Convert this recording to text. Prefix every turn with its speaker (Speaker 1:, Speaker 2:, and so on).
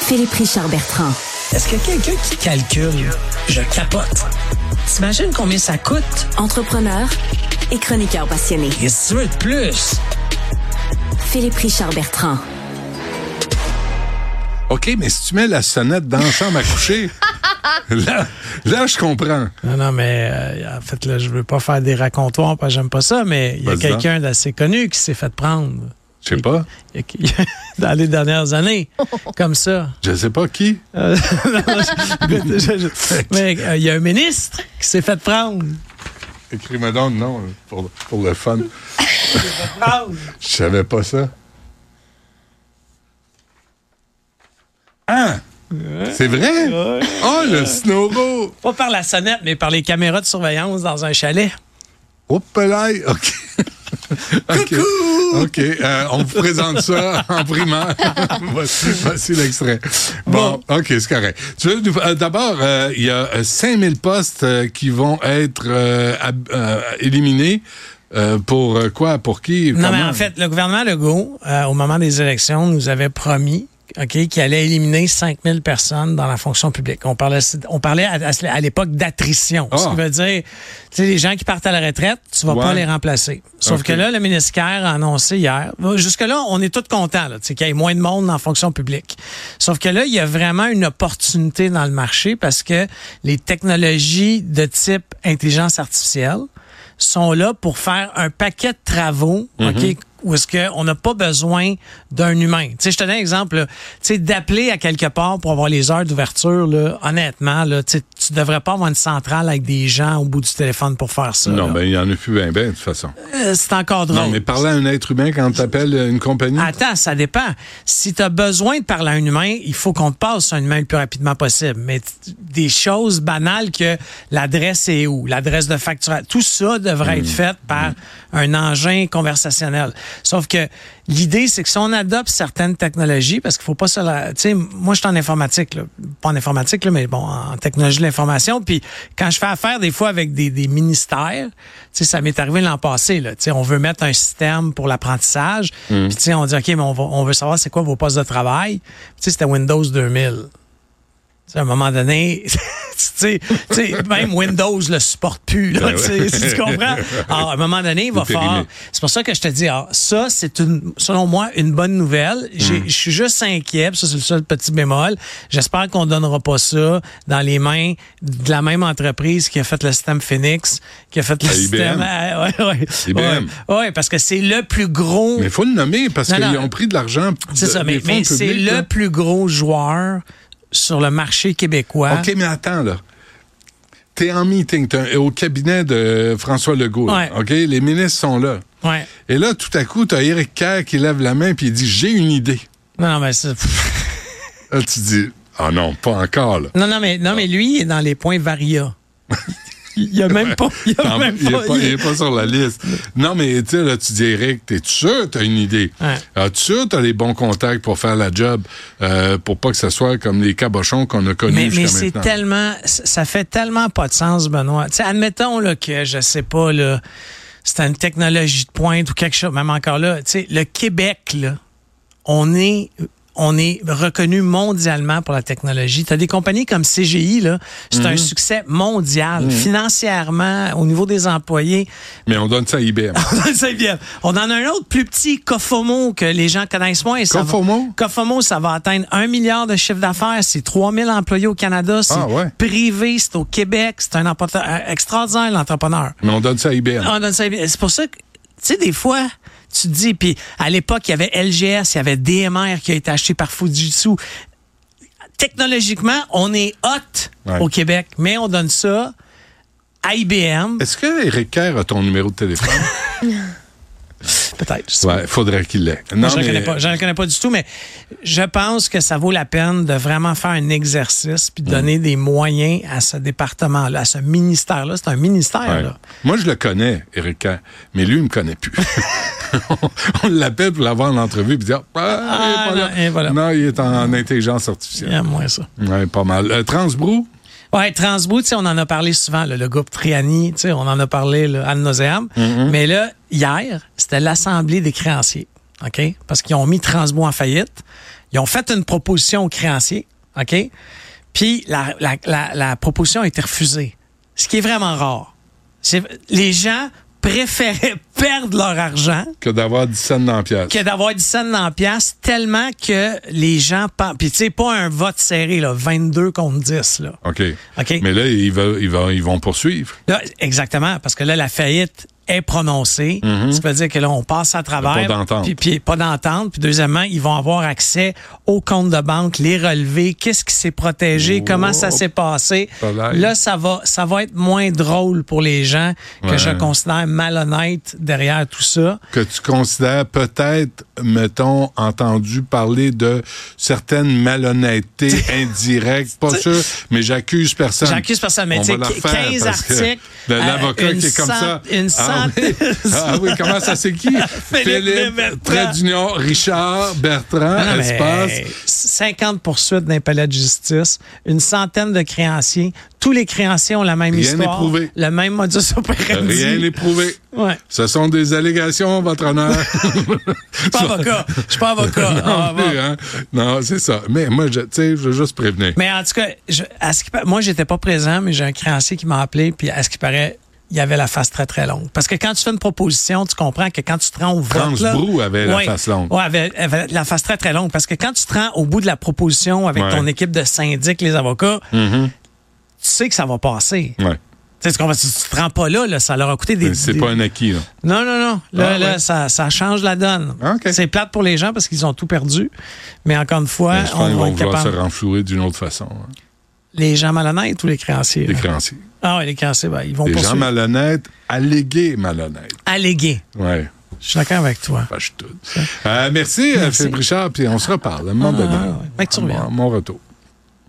Speaker 1: Philippe Richard Bertrand.
Speaker 2: Est-ce que quelqu'un qui calcule, je capote. T'imagines combien ça coûte?
Speaker 1: Entrepreneur et chroniqueur passionné.
Speaker 2: Et si tu veux de plus?
Speaker 1: Philippe Richard Bertrand.
Speaker 3: OK, mais si tu mets la sonnette dans la chambre à coucher, là, là, je comprends.
Speaker 4: Non, non, mais euh, en fait, là, je veux pas faire des racontoirs parce que j'aime pas ça, mais il y a
Speaker 3: Vas-y
Speaker 4: quelqu'un d'assez connu qui s'est fait prendre
Speaker 3: Je sais pas.
Speaker 4: il y a qui- dans les dernières années, comme ça.
Speaker 3: Je sais pas qui.
Speaker 4: Euh, non, je- je- je- mais euh, il y a un ministre qui s'est fait prendre.
Speaker 3: Écris-moi donc, non, pour, pour le fun. Je savais pas ça. Ah! C'est vrai? Oh, le snoro!
Speaker 4: Pas par la sonnette, mais par les caméras de surveillance dans un chalet.
Speaker 3: Oups, là, OK. OK. OK, euh, on vous présente ça en primaire. voici voici l'extrait. Bon, OK, c'est correct. Tu veux nous- euh, D'abord, euh, il y a euh, 5000 postes euh, qui vont être euh, ab- euh, éliminés. Euh, pour euh, quoi? Pour qui?
Speaker 4: Non, mais
Speaker 3: Comment?
Speaker 4: en fait, le gouvernement Legault, euh, au moment des élections, nous avait promis ok, qu'il allait éliminer 5000 personnes dans la fonction publique. On parlait, on parlait à, à- à l'époque d'attrition, ce
Speaker 3: Ah.
Speaker 4: qui veut dire, tu sais, les gens qui partent à la retraite, tu vas
Speaker 3: Ouais.
Speaker 4: pas les remplacer. Sauf
Speaker 3: Ok.
Speaker 4: que là, le ministère a annoncé hier, jusque-là, on est tous contents là, tu sais, qu'il y ait moins de monde en fonction publique. Sauf que là, il y a vraiment une opportunité dans le marché parce que les technologies de type intelligence artificielle, sont là pour faire un paquet de travaux,
Speaker 3: Mhm.
Speaker 4: OK, où est-ce qu'on n'a pas besoin d'un humain. Tu sais, je te donne un exemple, là. tu sais, d'appeler à quelque part pour avoir les heures d'ouverture, là, honnêtement, là, tu sais, tu devrais pas avoir une centrale avec des gens au bout du téléphone pour faire ça.
Speaker 3: Non,
Speaker 4: là.
Speaker 3: ben, il y en a plus bien, ben, de toute façon.
Speaker 4: Euh, c'est encore drôle.
Speaker 3: Non, mais parler à un être humain quand t'appelles une compagnie.
Speaker 4: Attends, ça dépend. Si tu as besoin de parler à un humain, il faut qu'on te passe à un humain le plus rapidement possible. Mais t- des choses banales que l'adresse est où, l'adresse de facturation, tout ça devrait être fait par un engin conversationnel. Sauf que l'idée, c'est que si on adopte certaines technologies, parce qu'il faut pas se... la- Tu sais, moi, je suis en informatique, là. pas en informatique, là, mais bon, en technologie de l'information. Puis quand je fais affaire des fois avec des, des ministères, tu sais, ça m'est arrivé l'an passé. Là, Tu sais, on veut mettre un système pour l'apprentissage. Puis tu sais, on dit, OK, mais on, va- on veut savoir c'est quoi vos postes de travail. Puis, tu sais, c'était Windows 2000. Tu sais, à un moment donné, tu sais, tu sais, même Windows le supporte plus. Là, tu sais, si tu comprends? Alors, Ah, à un moment donné, il va
Speaker 3: C'est périmé.
Speaker 4: falloir... C'est pour ça que je te dis, ah, ça, c'est une, selon moi, une bonne nouvelle.
Speaker 3: Hmm.
Speaker 4: J'ai- Je suis juste inquiet, puis ça, c'est le seul petit bémol. J'espère qu'on donnera pas ça dans les mains de la même entreprise qui a fait le système Phoenix, qui a fait le
Speaker 3: À IBM.
Speaker 4: système. à- ouais, ouais.
Speaker 3: IBM.
Speaker 4: Ouais, ouais, parce que c'est le plus gros.
Speaker 3: Mais faut le nommer parce
Speaker 4: Non,
Speaker 3: qu'ils
Speaker 4: non.
Speaker 3: ont pris de l'argent.
Speaker 4: C'est
Speaker 3: de- des
Speaker 4: ça, mais,
Speaker 3: fonds
Speaker 4: mais c'est
Speaker 3: publics,
Speaker 4: le
Speaker 3: là.
Speaker 4: plus gros joueur sur le marché québécois.
Speaker 3: OK, mais attends, là. T'es en meeting, t'es au cabinet de François Legault. là,
Speaker 4: Ouais.
Speaker 3: OK? Les ministres sont là.
Speaker 4: Ouais.
Speaker 3: Et là, tout à coup, t'as Eric Kerr qui lève la main puis il dit J'ai une idée.
Speaker 4: Non, non, mais c'est-
Speaker 3: Là, tu dis Ah non, pas encore, là.
Speaker 4: non, non, mais, non, mais lui, il est dans les points varia. Il n'y a même pas. Il y a
Speaker 3: T'en-
Speaker 4: même
Speaker 3: il, est pas,
Speaker 4: il-
Speaker 3: il est pas sur la liste. Non, mais tu sais, là, tu dis, Eric, t'es sûr t'as une idée?
Speaker 4: Ouais.
Speaker 3: Ah, tu sûr t'as les bons contacts pour faire la job, euh, pour pas que ce soit comme les cabochons qu'on a connus
Speaker 4: Mais, mais
Speaker 3: jusqu'à
Speaker 4: c'est
Speaker 3: maintenant?
Speaker 4: tellement, ça fait tellement pas de sens, Benoît. Tu sais, admettons là, que, je sais pas, là, c'est une technologie de pointe ou quelque chose, même encore là, tu sais, le Québec, là, on est, on est reconnu mondialement pour la technologie. Tu as des compagnies comme CGI, là, c'est
Speaker 3: Mhm.
Speaker 4: un succès mondial, financièrement, au niveau des employés.
Speaker 3: Mais on donne ça à IBM.
Speaker 4: C'est bien. On en a un autre plus petit, Cofomo, que les gens connaissent moins. Et ça va-
Speaker 3: Cofomo?
Speaker 4: Cofomo, ça va atteindre un milliard de chiffre d'affaires. C'est 3 000 employés au Canada. C'est
Speaker 3: Ah, ouais.
Speaker 4: privé, c'est au Québec. C'est un emporte- un extraordinaire, l'entrepreneur.
Speaker 3: mais on donne ça à IBM.
Speaker 4: Ah, dans le service. C'est pour ça que, tu sais, des fois, tu te dis, puis à l'époque, il y avait LGS, il y avait DMR qui a été acheté par Fujitsu. Technologiquement, on est hot
Speaker 3: Ouais.
Speaker 4: au Québec, mais on donne ça à IBM,
Speaker 3: Est-ce que Eric Kerr a ton numéro de téléphone?
Speaker 4: peut-être. je sais
Speaker 3: ouais, faudrait qu'il l'ait. Non,
Speaker 4: Moi, je ne
Speaker 3: mais-
Speaker 4: connais pas, je le connais pas du tout, mais je pense que ça vaut la peine de vraiment faire un exercice
Speaker 3: Mm.
Speaker 4: puis de donner des moyens à ce département-là, à ce ministère-là. C'est un ministère,
Speaker 3: Ouais.
Speaker 4: là.
Speaker 3: Moi, je le connais, Eric Kerr, mais lui, il me connaît plus. on on l'appelle pour l'avoir en entrevue puis dire ah,
Speaker 4: Ah,
Speaker 3: il est pas
Speaker 4: non,
Speaker 3: là.
Speaker 4: et voilà.
Speaker 3: Non, il est en, intelligence
Speaker 4: Il
Speaker 3: artificielle.
Speaker 4: y a moins ça.
Speaker 3: Ouais, pas mal. Euh, Transbrou?
Speaker 4: Ouais, Transbout, tu sais, on en a parlé souvent, là, le groupe Triani, tu sais, on en a parlé là, ad nauseam. Mais là, hier, c'était l'Assemblée des créanciers, OK? Parce qu'ils ont mis Transbout en faillite. Ils Ils ont fait une proposition aux créanciers, OK? Puis la, la- la- la proposition a été refusée, ce qui est vraiment rare. C'est- Les gens préféraient perdre leur argent
Speaker 3: que d'avoir 10 cents dans la pièce.
Speaker 4: que d'avoir 10 cents dans la pièce tellement que les gens... pen- Puis tu sais, pas un vote serré, là, 22 contre 10, là.
Speaker 3: OK.
Speaker 4: OK.
Speaker 3: Mais là, ils, veulent- ils vont, ils vont poursuivre.
Speaker 4: Là, exactement, parce que là, la faillite est prononcée. Ça veut dire que là, on passe à travers.
Speaker 3: Mhm. Pas d'entente.
Speaker 4: Puis, puis pas d'entente. Puis deuxièmement, ils vont avoir accès aux comptes de banque, les relevés, qu'est-ce qui s'est protégé, comment ça s'est passé.
Speaker 3: Pas mal.
Speaker 4: Là, ça va, ça va être moins drôle pour les gens que
Speaker 3: Ouais.
Speaker 4: je considère malhonnête derrière tout ça.
Speaker 3: Que tu considères peut-être, mettons, entendu parler de certaines malhonnêtetés indirectes. Pas sûr, mais j'accuse personne.
Speaker 4: J'accuse personne, mais
Speaker 3: On
Speaker 4: tu sais,
Speaker 3: va la refaire
Speaker 4: 15
Speaker 3: parce que
Speaker 4: articles,
Speaker 3: le-
Speaker 4: euh,
Speaker 3: L'avocat
Speaker 4: une
Speaker 3: qui est comme ça.
Speaker 4: cent- une
Speaker 3: ah, oui.
Speaker 4: centaine-
Speaker 3: Ah oui, comment ça, c'est qui?
Speaker 4: Bertrand.
Speaker 3: Trait d'union, Richard, Bertrand,
Speaker 4: Non, non, mais
Speaker 3: espace.
Speaker 4: 50 poursuites d'un palais de justice, une centaine de créanciers. Tous les créanciers ont la même
Speaker 3: Rien n'est
Speaker 4: histoire.
Speaker 3: prouvé.
Speaker 4: Le même modus operandi.
Speaker 3: Rien n'est prouvé.
Speaker 4: Ouais.
Speaker 3: Ce sont des allégations, votre honneur.
Speaker 4: Je suis pas avocat. Je suis pas avocat. Ah,
Speaker 3: non,
Speaker 4: bon.
Speaker 3: plus, hein. Non, c'est ça. Mais moi, je, tu sais, je veux juste prévenir.
Speaker 4: Mais en tout cas, je, à ce qui pa- moi, j'étais pas présent, mais j'ai un créancier qui m'a appelé, puis à ce qui paraît, il avait la face très, très longue. Parce que quand tu fais une proposition, tu comprends que quand tu te rends au vote...
Speaker 3: Franz
Speaker 4: là-
Speaker 3: Brou avait la face longue.
Speaker 4: Ouais, avait, avait la face très, très longue. Parce que quand tu te rends au bout de la proposition avec
Speaker 3: Ouais. Mm-hmm.
Speaker 4: ton équipe de syndics, les avocats, tu sais que ça va passer.
Speaker 3: Ouais.
Speaker 4: Tu sais, tu comprends, tu tu te rends pas là, là, ça leur a coûté des...
Speaker 3: Mais C'est
Speaker 4: des-
Speaker 3: pas un acquis, là.
Speaker 4: Non, non, non. Là,
Speaker 3: Ah,
Speaker 4: là,
Speaker 3: ouais. Ah,
Speaker 4: ça, ça change la donne.
Speaker 3: OK.
Speaker 4: C'est plate pour les gens parce qu'ils ont tout perdu. Mais encore une fois,
Speaker 3: Mais je pense
Speaker 4: on
Speaker 3: qu'ils
Speaker 4: va
Speaker 3: vont
Speaker 4: être
Speaker 3: vouloir se
Speaker 4: capable.
Speaker 3: renflouer d'une autre façon. hein.
Speaker 4: Les gens malhonnêtes ou les créanciers?
Speaker 3: Les
Speaker 4: là?
Speaker 3: créanciers.
Speaker 4: Ah oui, les créanciers, ben, ils vont
Speaker 3: Des gens
Speaker 4: poursuivre.
Speaker 3: malhonnêtes, allégués malhonnêtes.
Speaker 4: Allégués.
Speaker 3: Ouais.
Speaker 4: Je suis d'accord avec toi.
Speaker 3: Fâche tout. Euh, merci, euh, Philippe Richard, puis on se reparle à un moment donné.
Speaker 4: Ah, ouais. Mec, tu
Speaker 3: À mon-
Speaker 4: reviens.
Speaker 3: à mon retour.